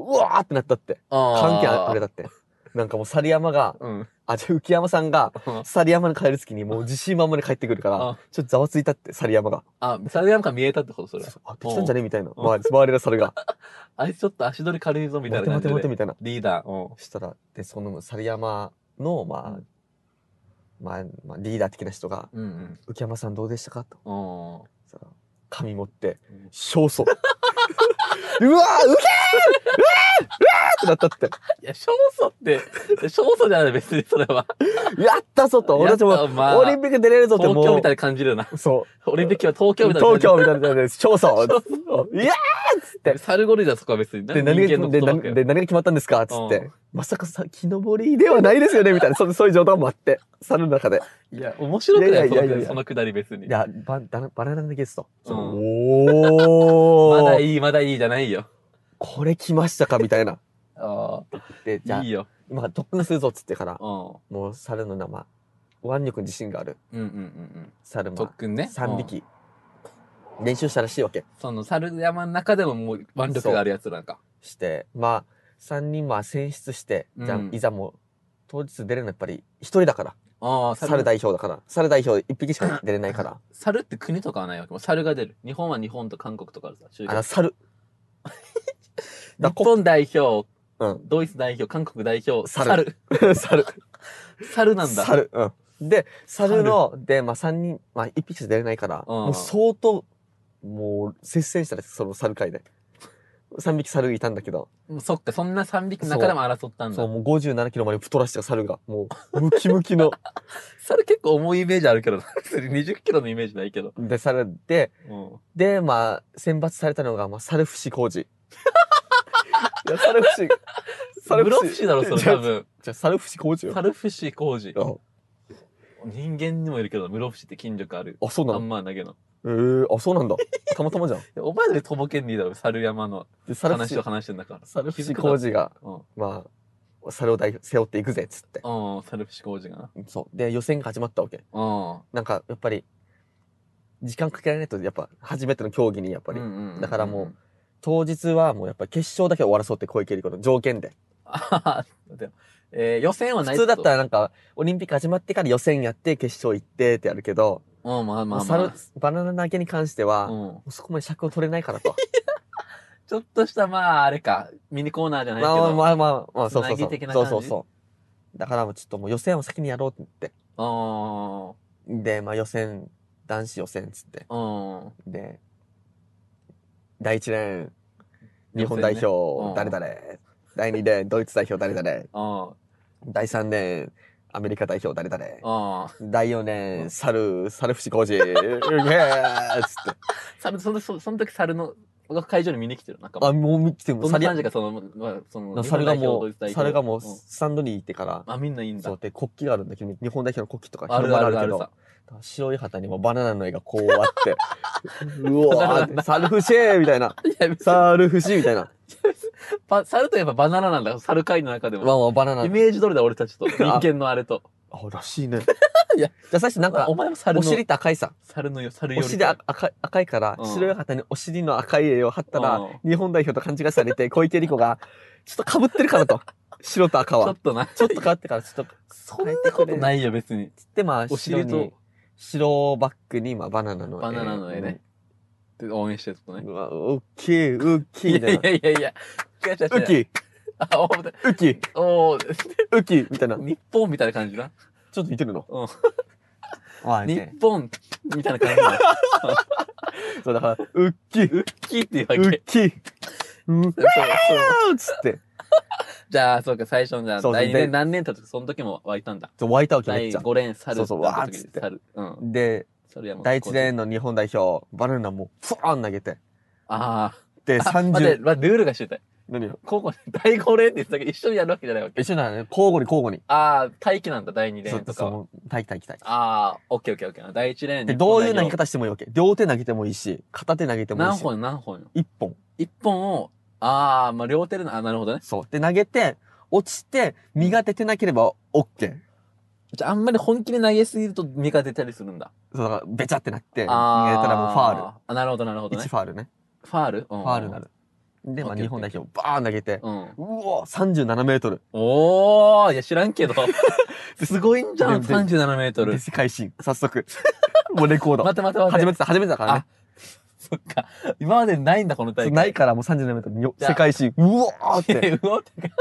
Speaker 1: うわーってなったって。
Speaker 2: あー
Speaker 1: 関係あれだって。なんかもう、猿山が、
Speaker 2: うん。
Speaker 1: あ、じゃあ浮山さんが、猿山に帰る月にもう自信満々に帰ってくるから、
Speaker 2: あ
Speaker 1: ちょっとざわついたって、猿山が。
Speaker 2: あ、それなんか見えたってこと、それ
Speaker 1: そう。そうあ、できたんじゃねみたいな。
Speaker 2: うん
Speaker 1: 周り周りの猿が。
Speaker 2: あいつちょっと足取り軽いぞ、みたい
Speaker 1: 待
Speaker 2: な
Speaker 1: て
Speaker 2: 感
Speaker 1: 待
Speaker 2: じで。
Speaker 1: て待てみたいな。
Speaker 2: リーダー。うん
Speaker 1: そしたら、で、その猿山の、まあ、まあ、まあ、リーダー的な人が、
Speaker 2: うん
Speaker 1: 浮山さんどうでしたかと。
Speaker 2: うん。うん。
Speaker 1: そしたら紙持って
Speaker 2: うん、
Speaker 1: 勝訴。 うわーうけーうわーうわーってなったっ
Speaker 2: いや、勝訴 って、勝訴じゃない、別にそれは。
Speaker 1: て。やったぞと。俺たち
Speaker 2: やっぱ
Speaker 1: も、
Speaker 2: まあ
Speaker 1: オリンピック出れるぞって
Speaker 2: 東
Speaker 1: もう。
Speaker 2: 京みたいな感じるよな。
Speaker 1: そう。
Speaker 2: オリンピックは東京みたいな感
Speaker 1: 東
Speaker 2: じ。
Speaker 1: 京みたいな。勝訴。いやーっつって。
Speaker 2: サルゴリラそこは別に。
Speaker 1: で、何
Speaker 2: 人間
Speaker 1: が、
Speaker 2: の
Speaker 1: で、
Speaker 2: こと
Speaker 1: 何
Speaker 2: だけ
Speaker 1: で何が決まったんですかっつっ
Speaker 2: う
Speaker 1: て。まさかさ、木登りではないですよねみたいな。そそういう冗談もあって。猿の中で。
Speaker 2: いや、面白く
Speaker 1: いや
Speaker 2: ない
Speaker 1: いやいやいや
Speaker 2: そのくだり別に
Speaker 1: い。や、バババナナゲスト。
Speaker 2: うん
Speaker 1: お
Speaker 2: まだ
Speaker 1: い。
Speaker 2: いい、まだいいじゃないよ。
Speaker 1: これ来ましたかみたいな。
Speaker 2: あ
Speaker 1: で、じ
Speaker 2: あ、
Speaker 1: ゃあ
Speaker 2: いい、よ。
Speaker 1: 今特訓するぞっつってから、
Speaker 2: う
Speaker 1: もう猿の名前、腕力に自信がある
Speaker 2: うんうんうん
Speaker 1: 猿
Speaker 2: うん。特
Speaker 1: も
Speaker 2: 訓ね。
Speaker 1: 3
Speaker 2: うん。
Speaker 1: 匹練習したらしいわけ
Speaker 2: その猿山の中でももう腕力があるやつなんか。
Speaker 1: してまあ3人まあ選出してじゃあ
Speaker 2: うん
Speaker 1: いざもう当日出れるのやっぱり1人だから
Speaker 2: ああ、
Speaker 1: 猿代表だから猿代表1匹しか出れないから
Speaker 2: 猿って国とかはないわけ。もう猿が出る。日本は日本と韓国とかあるさ。宗教
Speaker 1: あ の猿だ
Speaker 2: 日
Speaker 1: こ
Speaker 2: 本代表、
Speaker 1: うん
Speaker 2: ドイツ代表、韓国代表、
Speaker 1: 猿
Speaker 2: 猿。
Speaker 1: 猿
Speaker 2: 猿なんだ。
Speaker 1: 猿うんで猿のでまあ3人まあ1匹しか出れないから
Speaker 2: うん
Speaker 1: もう相当もう接戦したんですその猿界で3匹猿いたんだけど
Speaker 2: もうそっか、そんな3匹の中でも争ったん
Speaker 1: そ
Speaker 2: だ
Speaker 1: う。もう57キロまで太らしてた猿がもうムキムキの
Speaker 2: 猿結構重いイメージあるけどな、 それ20キロのイメージないけど。
Speaker 1: で猿で
Speaker 2: うん。
Speaker 1: でまあ選抜されたのがまあ猿伏浩二 いや猿伏
Speaker 2: ブロッシーだろ、それ
Speaker 1: じゃ
Speaker 2: 多
Speaker 1: あ
Speaker 2: 分。
Speaker 1: じゃあ猿伏浩二よ
Speaker 2: サルフシ工事。
Speaker 1: あ
Speaker 2: 人間にもいるけど、室伏って筋力ある。
Speaker 1: あそうな
Speaker 2: あ
Speaker 1: の
Speaker 2: んま投げの。
Speaker 1: えー、あそうなんだたまたまじゃん
Speaker 2: でお前らでとぼけんでいいだろ、猿山の
Speaker 1: で猿
Speaker 2: 話
Speaker 1: 伏
Speaker 2: を話してんだから。
Speaker 1: 猿伏浩二が
Speaker 2: うん。
Speaker 1: まあ猿を代表背負っていくぜっつって
Speaker 2: うん、サルフシ工事がな。
Speaker 1: そう。で、予選が始まったわけ。
Speaker 2: うん。やっ
Speaker 1: なんか、やっぱり、時間かけられないと、やっぱ、初めての競技に、やっぱり、だか らもう。当日はもうやっぱり決勝だけ終わらそうって小池百合子の条件で。
Speaker 2: あはは待てよえー、予選はな
Speaker 1: 普
Speaker 2: い
Speaker 1: 通だった
Speaker 2: ら。
Speaker 1: らなんか、オリンピック始まってから予選やって、決勝行ってってやるけど、
Speaker 2: うん、まあまあま
Speaker 1: 猿
Speaker 2: あ。
Speaker 1: バナナ投げに関しては、も
Speaker 2: うん、
Speaker 1: うそこまで尺を取れないからと。
Speaker 2: ちょっとした、まあ、あれか、ミニコーナ ーじゃないけ
Speaker 1: まあまあ
Speaker 2: ど。
Speaker 1: まあまあ、まあ、そうそう
Speaker 2: つ
Speaker 1: そ
Speaker 2: なぎ
Speaker 1: う
Speaker 2: 的。な
Speaker 1: そ
Speaker 2: 感
Speaker 1: う
Speaker 2: じ
Speaker 1: そうそう。だからもうちょっともう予選を先にやろうって言って。で、まあ予選、男子予選っつって。
Speaker 2: うん。うん。
Speaker 1: で、第1連、日本
Speaker 2: 予選ね
Speaker 1: 代
Speaker 2: う
Speaker 1: 表、
Speaker 2: ん
Speaker 1: 誰々、第2連、ドイツ代表、誰々、
Speaker 2: うん。
Speaker 1: 第3連、アメリカ代表、誰々、
Speaker 2: うん。
Speaker 1: 第4
Speaker 2: う
Speaker 1: 連、
Speaker 2: ん
Speaker 1: 猿、猿 淵浩二、イエーイつって。
Speaker 2: 猿、その、そその時猿の、会場に見に来てる。なんか、
Speaker 1: あ、もう見ても、
Speaker 2: どんな
Speaker 1: 猿
Speaker 2: 感じか、その、まあ、その、
Speaker 1: や、猿がも
Speaker 2: 日本代表ドイ
Speaker 1: う
Speaker 2: ツ代、表
Speaker 1: 猿がもう、
Speaker 2: ん
Speaker 1: スタンドに行ってから、
Speaker 2: あ、みんないいんだ
Speaker 1: そう。で、国旗があるんだけど、日本代表の国旗とか、
Speaker 2: あるある
Speaker 1: 広
Speaker 2: あ
Speaker 1: 場
Speaker 2: る
Speaker 1: が
Speaker 2: さ。
Speaker 1: けど、白い旗にもバナナの絵がこうあ って、うわーって、猿節みたいな、
Speaker 2: いや、別に
Speaker 1: 猿節みたいな、
Speaker 2: ば猿といえばバナナなんだ。猿界の中で
Speaker 1: ま
Speaker 2: も。
Speaker 1: あまあバナナ
Speaker 2: イメージ通りだ、俺たちと。人間のあれと。
Speaker 1: あ、ら しいね。
Speaker 2: いや
Speaker 1: じゃあ最初なんか
Speaker 2: お、前も猿
Speaker 1: お
Speaker 2: の、
Speaker 1: 尻って赤いさ。
Speaker 2: 猿のよ、猿よ
Speaker 1: お
Speaker 2: り。
Speaker 1: 尻で赤い赤いから、
Speaker 2: うん
Speaker 1: 白い旗にお尻の赤い絵を貼ったら、
Speaker 2: うん
Speaker 1: 日本代表と勘違いされて、小池理子が、ちょっと被ってるか らと。白と赤
Speaker 2: ちょ
Speaker 1: は
Speaker 2: っ。とな。
Speaker 1: ちょっと変わってから、ちょっと、
Speaker 2: そんなことないよ、別に。
Speaker 1: で、まあ、
Speaker 2: お
Speaker 1: 白
Speaker 2: 尻と
Speaker 1: に、白バッグに、まあ、バナナの絵。
Speaker 2: バナナの絵ね。で応援してるってこと
Speaker 1: うん。
Speaker 2: ね。
Speaker 1: うわ、ウッキー、ウッキー
Speaker 2: い
Speaker 1: みた
Speaker 2: や
Speaker 1: い
Speaker 2: い
Speaker 1: な。
Speaker 2: やいやいや。違う違
Speaker 1: ウ
Speaker 2: う
Speaker 1: ッキ
Speaker 2: 違う。
Speaker 1: ー、
Speaker 2: あ、おー
Speaker 1: ウッキー、
Speaker 2: おー
Speaker 1: ウッキーみたいな。ち
Speaker 2: 日本みたいな感じな。
Speaker 1: ょっと似てるの。
Speaker 2: うん
Speaker 1: はい
Speaker 2: 日
Speaker 1: ね。
Speaker 2: 本みたいな感じ だ。
Speaker 1: そう、だから、ウッキー、
Speaker 2: ウッキーっていうわ
Speaker 1: ウッ
Speaker 2: け。
Speaker 1: キー、ウッキ
Speaker 2: そうそう
Speaker 1: ーつって、
Speaker 2: じゃあ、そうか、最初の、じゃあ、
Speaker 1: そうそう
Speaker 2: 来
Speaker 1: で
Speaker 2: 年何年経つその時も湧いたんだ。
Speaker 1: そう湧いたわけめ
Speaker 2: 第
Speaker 1: っちゃ。
Speaker 2: 5連猿
Speaker 1: そうそう
Speaker 2: だった
Speaker 1: わーっつ
Speaker 2: 時
Speaker 1: って
Speaker 2: 猿。うん。
Speaker 1: で、
Speaker 2: 猿山
Speaker 1: 第一レーンの日本代表、バナナもう、ふわーん投げて。
Speaker 2: ああ。
Speaker 1: で、
Speaker 2: あ待って、
Speaker 1: 30、
Speaker 2: 待ってルールが知りたい。
Speaker 1: 何よ
Speaker 2: 交互に、第5連って言ってたけど、一緒にやるわけじゃないわけ。
Speaker 1: 一緒なのね。交互に交互に。
Speaker 2: ああ、待機なんだ、第2連
Speaker 1: そ
Speaker 2: と
Speaker 1: う、
Speaker 2: かは。
Speaker 1: そう、体育体育体育。
Speaker 2: ああ、オッケーオッケーオッケー。第1連
Speaker 1: で、どういう投げ方してもいいわけ。両手投げてもいいし、片手投げてもいい
Speaker 2: 何
Speaker 1: し。
Speaker 2: 本よ何本よ。
Speaker 1: 一本。
Speaker 2: 1本を、ああ、まあ両手でな、あ、なるほどね。
Speaker 1: そう。で、投げて、落ちて、身が出てなければ OK。
Speaker 2: じゃあ、あんまり本気で投げすぎると身が出たりするんだ。
Speaker 1: そう、だから、べちゃってなって、身
Speaker 2: あ
Speaker 1: が
Speaker 2: あ。
Speaker 1: 出たらもうファー
Speaker 2: ル。あ、なるほど、なるほど
Speaker 1: ル。
Speaker 2: ね
Speaker 1: 1。ファールね。
Speaker 2: ファールフ
Speaker 1: ファールにな。る。で、まあ、
Speaker 2: OK
Speaker 1: 日本代表、バーン投げて、
Speaker 2: うん。
Speaker 1: うおー、37メートル。
Speaker 2: おー、いや知らんけど。 すごいんじゃん、
Speaker 1: でで
Speaker 2: 37メートル
Speaker 1: で、。世界新。 早速。もうレコード。
Speaker 2: 待って待って待っ
Speaker 1: 初
Speaker 2: て。
Speaker 1: めてだ、初めてだからね
Speaker 2: あ。そっか。今までないんだ、この大会。
Speaker 1: そうないからもう37メートルよ
Speaker 2: じゃあ
Speaker 1: 世界新。うおー っ
Speaker 2: いや
Speaker 1: て。
Speaker 2: うおってか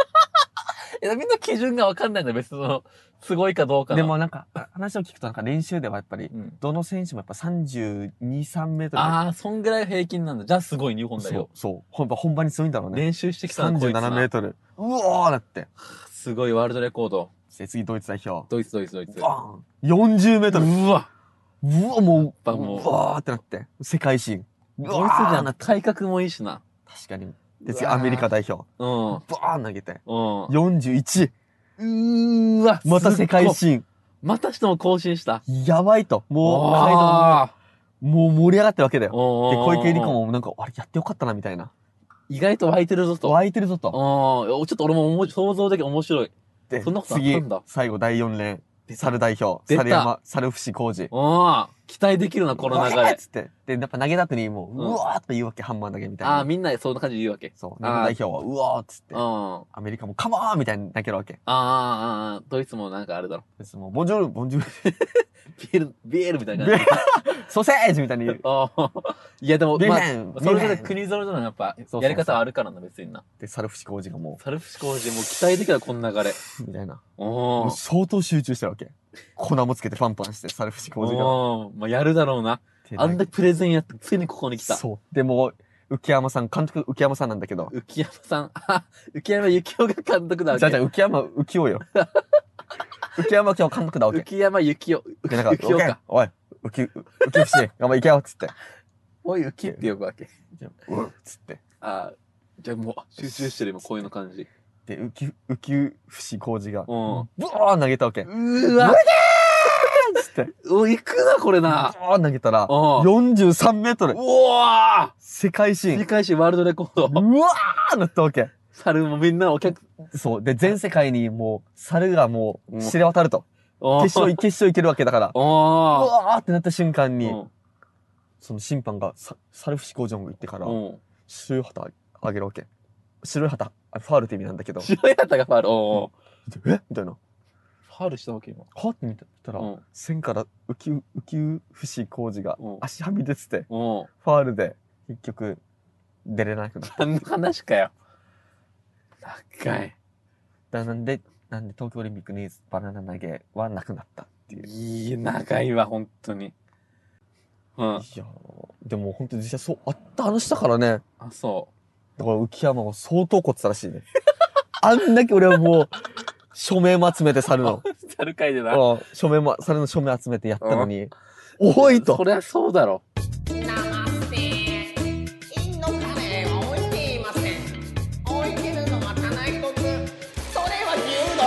Speaker 2: いやみんな基準がわかんないんだよ別にその、すごいかどうかの。
Speaker 1: でもなんか、あ話を聞くとなんか練習ではやっぱり
Speaker 2: う、ん、
Speaker 1: どの選手もやっぱ32、3メートル。
Speaker 2: ああ、そんぐらい平均なんだ。じゃあすごい、日本代
Speaker 1: そう
Speaker 2: 表。、
Speaker 1: そう。ほんま本番に強いんだろうね。
Speaker 2: 練習してきたのこいつな
Speaker 1: 37メートル。うおーだって。
Speaker 2: すごい、ワールドレコード。
Speaker 1: で、次ドイツ代表。
Speaker 2: ドイツ、ドイツ、ドイツ。
Speaker 1: バーン !40 メートル。
Speaker 2: うわ
Speaker 1: うわ、もう、う
Speaker 2: ぱもう
Speaker 1: わーってなって。世界新。う
Speaker 2: ドイツ
Speaker 1: わ
Speaker 2: じ
Speaker 1: ー
Speaker 2: ゃ
Speaker 1: なっ
Speaker 2: ん。
Speaker 1: て。
Speaker 2: 体格もいいしな。
Speaker 1: 確かに。で、次
Speaker 2: うわー
Speaker 1: アメリカ代表。
Speaker 2: うん。
Speaker 1: バーン投げて。
Speaker 2: うん。
Speaker 1: 41。
Speaker 2: うーわ
Speaker 1: また世界
Speaker 2: すっ
Speaker 1: 新。
Speaker 2: ごまたしても更新した。
Speaker 1: やばいと。もう、会場
Speaker 2: あ
Speaker 1: もう盛り上がってるわけだよ
Speaker 2: ー。お
Speaker 1: で、
Speaker 2: ーお
Speaker 1: 小
Speaker 2: ー
Speaker 1: 池百合子もなんか、あれやってよかったな、みたいな。
Speaker 2: 意外と湧いてるぞと。
Speaker 1: 湧いてるぞ
Speaker 2: うん。ち
Speaker 1: と。
Speaker 2: ょっと俺もおも想像的に面白い。
Speaker 1: で
Speaker 2: そんなことあった
Speaker 1: 次
Speaker 2: んだ、
Speaker 1: 最後第4連。猿代表、
Speaker 2: 出た
Speaker 1: 猿山、猿伏浩二。
Speaker 2: おー期待できるな、この流
Speaker 1: わーっ
Speaker 2: れ。
Speaker 1: つって。で、やっぱ投げた後にもう、
Speaker 2: うん
Speaker 1: うわーって言うわけ、ハンマー投げみたい
Speaker 2: ああ、
Speaker 1: な。
Speaker 2: みんなそんな感じで言うわけ。
Speaker 1: そう、
Speaker 2: あ
Speaker 1: 日
Speaker 2: ー
Speaker 1: 本代表は、うわーっつって
Speaker 2: うん。。あ
Speaker 1: アメリカも、カモーンみたいに投げるわけ。
Speaker 2: あ、あーあー、ドイツもなんかあれだろ。
Speaker 1: ですもう、ボンジョル、ボンジョル、
Speaker 2: ビール、ビールみ たいな
Speaker 1: ビ
Speaker 2: 感
Speaker 1: ー ソーセージみたい に言う
Speaker 2: じ。。ああ。いや、でも、
Speaker 1: ビ
Speaker 2: ま
Speaker 1: ー
Speaker 2: あ、
Speaker 1: フン、ビ
Speaker 2: それぞ
Speaker 1: ー
Speaker 2: れ
Speaker 1: フン。
Speaker 2: 国ぞれぞれのやっぱ
Speaker 1: うそ、う
Speaker 2: やり方はあるからな、別にな。
Speaker 1: で、猿伏浩二がも
Speaker 2: サルフシ工事もう期待できた、この流れ。
Speaker 1: う、みたいな。
Speaker 2: お
Speaker 1: もう
Speaker 2: ー。
Speaker 1: 相当集中してるわけ。粉もつけてパンパンして、猿伏浩二が
Speaker 2: おー。まあ、やるだろうな。
Speaker 1: 手投
Speaker 2: あ
Speaker 1: げ。
Speaker 2: んだけプレゼンやって、ついにここに来た。
Speaker 1: そう。でも、浮山さん、監督浮山さんなんだけど、
Speaker 2: 浮山さん、あ、浮山幸雄が監督だわ
Speaker 1: じ
Speaker 2: け。
Speaker 1: ゃあじゃあ浮山浮世よ。 浮山今日監督だわけ。
Speaker 2: 浮山幸雄。
Speaker 1: でなんか、
Speaker 2: 浮世か。
Speaker 1: おい、浮き、浮き節、頑張れ、行けよ、つって。
Speaker 2: おい、浮きって呼ぶわけ。
Speaker 1: うっつって。
Speaker 2: あーじゃあもう、集中してる、今、こういうの感じ。
Speaker 1: で、浮き、浮き節工事が、
Speaker 2: う
Speaker 1: ブ
Speaker 2: ん
Speaker 1: ワーン投げたわけ。
Speaker 2: うーわ
Speaker 1: うわつって、ブ
Speaker 2: お、行くな、これな。
Speaker 1: ワーン投げたら、
Speaker 2: おう
Speaker 1: 43メート
Speaker 2: う
Speaker 1: ル、
Speaker 2: わ
Speaker 1: 世界
Speaker 2: ー
Speaker 1: 新。
Speaker 2: 世
Speaker 1: う
Speaker 2: 界史ワールドレコード。
Speaker 1: わーなったわけ。
Speaker 2: 猿もみんなお客、
Speaker 1: そう。で、全世界にもう、猿がも
Speaker 2: う
Speaker 1: う、
Speaker 2: ん
Speaker 1: 知れ渡ると。
Speaker 2: おー
Speaker 1: 決勝、決勝いけるわけだから。う
Speaker 2: おー
Speaker 1: わーってなった瞬間
Speaker 2: う
Speaker 1: に、
Speaker 2: ん
Speaker 1: その審判がさ、猿伏工場も行ってから、
Speaker 2: うん。
Speaker 1: 白い旗あげるわけ。白い旗、あファールって意味なんだけど、
Speaker 2: 白い旗がファール。おー
Speaker 1: え みたいな。
Speaker 2: ファールしたわけ、今。
Speaker 1: はって見たら、
Speaker 2: うん。
Speaker 1: 線から浮き、浮き伏工事が
Speaker 2: うん
Speaker 1: 足はみ出てて、
Speaker 2: お
Speaker 1: ファールで結局出れなくなった。
Speaker 2: ー何の話かよ。高い。
Speaker 1: だなんで、なんで東京オリンピックにバナナ投げはなくなったっていう。
Speaker 2: いい、長いわ、本当に。うん。
Speaker 1: いやーでも本当に実際そう、あった話だからね。
Speaker 2: あ、そ
Speaker 1: だから浮山は相当怒ってたらし いね。あんだけ俺はもう、署名も集めて猿の。
Speaker 2: う。サル会でな。
Speaker 1: うん署名も、猿の署名集めてやったのに、おいと
Speaker 2: そ。りゃそうだろ。
Speaker 3: ナマステ金のカレーは置いていません置いてるのは棚一つそれは牛丼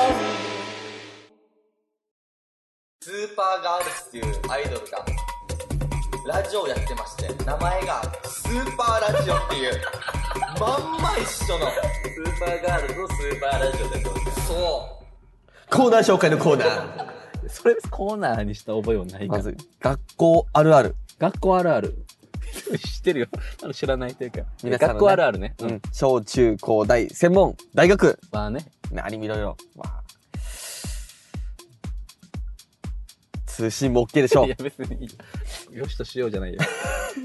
Speaker 4: スーパーガールズっていうアイドルがラジオをやってまして名前がスーパーラジオっていうまんま一緒のスーパーガールズのスーパーラジオでそ
Speaker 1: コーナー紹介のコーナー。
Speaker 2: それコーナーにした覚えはないか
Speaker 1: ま
Speaker 2: ら。
Speaker 1: ず、学校あるある。
Speaker 2: 学校あるある。 知ってるよ。あの知らないというか。
Speaker 1: 皆さんのね
Speaker 2: 学校あるあるね。
Speaker 1: うん。小中高大、専門、大学。
Speaker 2: まあね。
Speaker 1: 何見ろよ。まあ通信も OK でしょ
Speaker 2: いや。別にいいよ。よしとしようじゃ ないよ。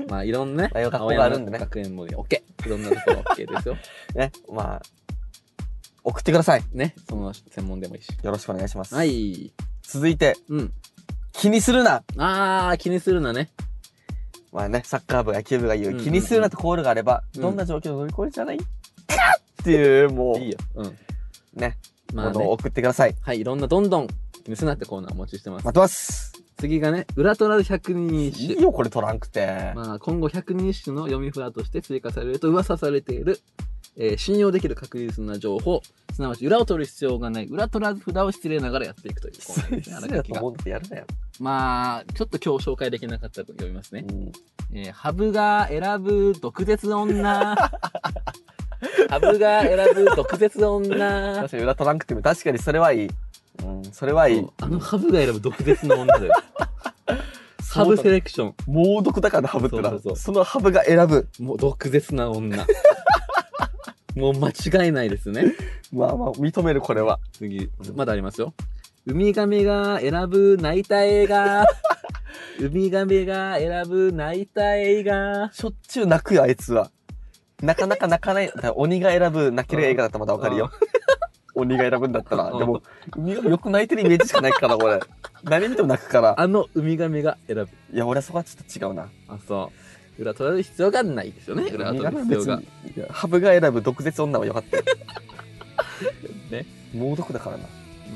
Speaker 2: まあいろんなね。
Speaker 1: いろいろ学校があるんでね
Speaker 2: 青山学園も OK。いろんなところ OK です よ。
Speaker 1: ね。まあ、送ってください。
Speaker 2: ね。その専門でもいいし。
Speaker 1: よろしくお願いします。
Speaker 2: はい。
Speaker 1: 続いて、
Speaker 2: うん。
Speaker 1: 気にするな。
Speaker 2: あー、気にするなね。
Speaker 1: まあね、サッカー部、野球部が言う、
Speaker 2: うんうんうん
Speaker 1: 気にするなとコールがあれば、
Speaker 2: うん
Speaker 1: どんな状況で乗り越えるじゃない、っていう、もう、
Speaker 2: いいよ。うん。
Speaker 1: ね、
Speaker 2: まあ
Speaker 1: ものを
Speaker 2: ね。
Speaker 1: 送ってください。
Speaker 2: はい。いろんなどんどん気にするなってコーナーお待ちしてます。
Speaker 1: 待ってます。
Speaker 2: 次がね、裏トラで百人一
Speaker 1: い
Speaker 2: 首
Speaker 1: い。よ、これ取らんくて。
Speaker 2: まあ、今後百人一首の読み札として追加されると噂されている、えー信用できる確実な情報すなわち裏を取る必要がない裏取らず札を失礼ながらやっていくというコーナーですね荒
Speaker 1: だ
Speaker 2: 垣
Speaker 1: と
Speaker 2: が
Speaker 1: 思ってやるなよ。
Speaker 2: まあちょっと今日紹介できなかった分読みますね、
Speaker 1: うん
Speaker 2: えーハブが選ぶ毒舌女ハブが選ぶ毒舌女
Speaker 1: 確かに裏取らんくても、確かにそれはいい。うん、それはいい。
Speaker 2: あのハブが選ぶ毒舌の女だよハブセレクション
Speaker 1: 猛毒だからハブって
Speaker 2: そ
Speaker 1: な
Speaker 2: うそうそう
Speaker 1: そのハブが選ぶ
Speaker 2: もう毒舌な 女もう間違いないですね
Speaker 1: まあまあ認めるこれは
Speaker 2: 次、まだありますよ。ウミガメが選ぶ泣いた映 画。ウミガメが選ぶ泣いた映画。
Speaker 1: しょっちゅう泣くよあいつはなかなか泣かないだから鬼が選ぶ泣ける映画だったらまだわかるよ鬼が選ぶんだったら
Speaker 2: うん
Speaker 1: でも海がよく泣いてるイメージしかないからこれ何見ても泣くから
Speaker 2: あのウミガメが選ぶ。
Speaker 1: いや俺はそこはちょっと違うな
Speaker 2: あ、そう。裏取られる必要がないですよね。裏
Speaker 1: 鬼
Speaker 2: 取
Speaker 1: が
Speaker 2: られる必要
Speaker 1: 別
Speaker 2: が。
Speaker 1: にいやハブが選ぶ毒舌女はよかったよ
Speaker 2: ね
Speaker 1: 猛毒だからな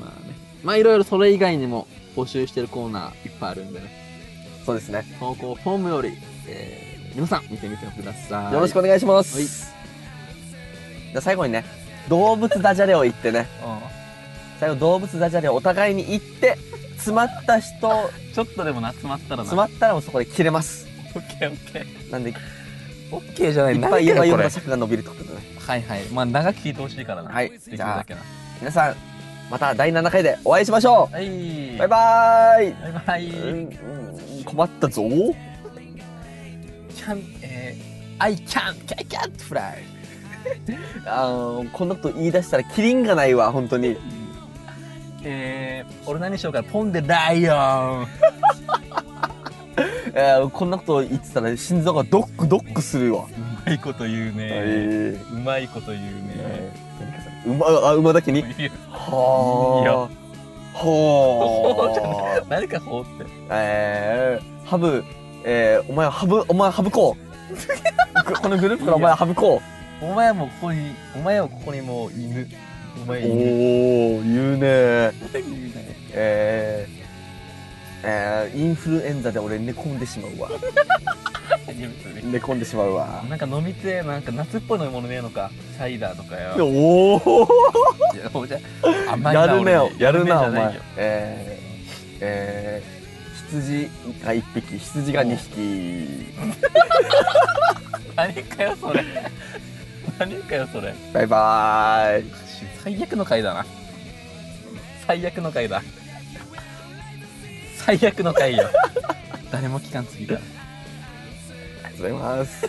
Speaker 2: まあね。まあいろいろそれ以外にも募集してるコーナーいっぱいあるんでね。
Speaker 1: そうですね
Speaker 2: 投稿フォームより、えー、皆さん見てみてください。
Speaker 1: よろしくお願いしますじゃあ最後にね動物ダジャレを言ってね最後動物ダジャレをお互いに言って詰まっ た人
Speaker 2: うんちょっとでもな、詰まったらな。
Speaker 1: 詰まったらもうそこで切れます
Speaker 2: オッケーオッケー。
Speaker 1: なんでいっ
Speaker 2: オッケーじゃない
Speaker 1: ぱい言えば言う
Speaker 2: 長
Speaker 1: ほど
Speaker 2: いよ
Speaker 1: 尺が伸びるってことだね
Speaker 2: これはいはい。まあ長く聞いてほしいからな。
Speaker 1: はい
Speaker 2: できる
Speaker 1: じゃあ
Speaker 2: だけな。
Speaker 1: 皆さんまた第7回でお会いしましょ
Speaker 2: はい。
Speaker 1: うバイバーイ
Speaker 2: バイバイ。
Speaker 1: うんうん困ったぞ
Speaker 2: キャン、えー、I can, I can't fly.
Speaker 1: あーこんなこと言い出したらキリンがないわ本当に
Speaker 2: えー、俺何しようか、ポンデライオン。
Speaker 1: えーこんなこと言ってたら心臓がドックドックするわ、
Speaker 2: うまいこと言うね。
Speaker 1: え
Speaker 2: うまいこと言うね。
Speaker 1: ー馬あ馬だけに
Speaker 2: いい
Speaker 1: は
Speaker 2: よ
Speaker 1: あは
Speaker 2: 誰か放って。
Speaker 1: あえー、ハブえー、お前はハブお前はハブこうこのグループからお前はハブこう
Speaker 2: お前もここに、お前もここにもう犬。お前
Speaker 1: おお
Speaker 2: 犬。
Speaker 1: 言うね
Speaker 2: 言うね
Speaker 1: えーえー、インフルエンザで俺寝込んでしまうわ 寝込んでしまうわ
Speaker 2: なんか飲みてえ、なんか夏っぽい飲み物ねえのか。シャイダーとかよ。
Speaker 1: おお
Speaker 2: いやもうじゃあ甘いな
Speaker 1: やるなよ
Speaker 2: 俺
Speaker 1: やるなお
Speaker 2: やじゃい
Speaker 1: 前
Speaker 2: よ
Speaker 1: えー、えー、羊が1匹羊が2匹
Speaker 2: 何かよそれ何かよそれ
Speaker 1: バイバーイ
Speaker 2: 最悪の回だな最悪の回だ 最悪の回よ誰も聞かんすぎた
Speaker 1: ありがとうございます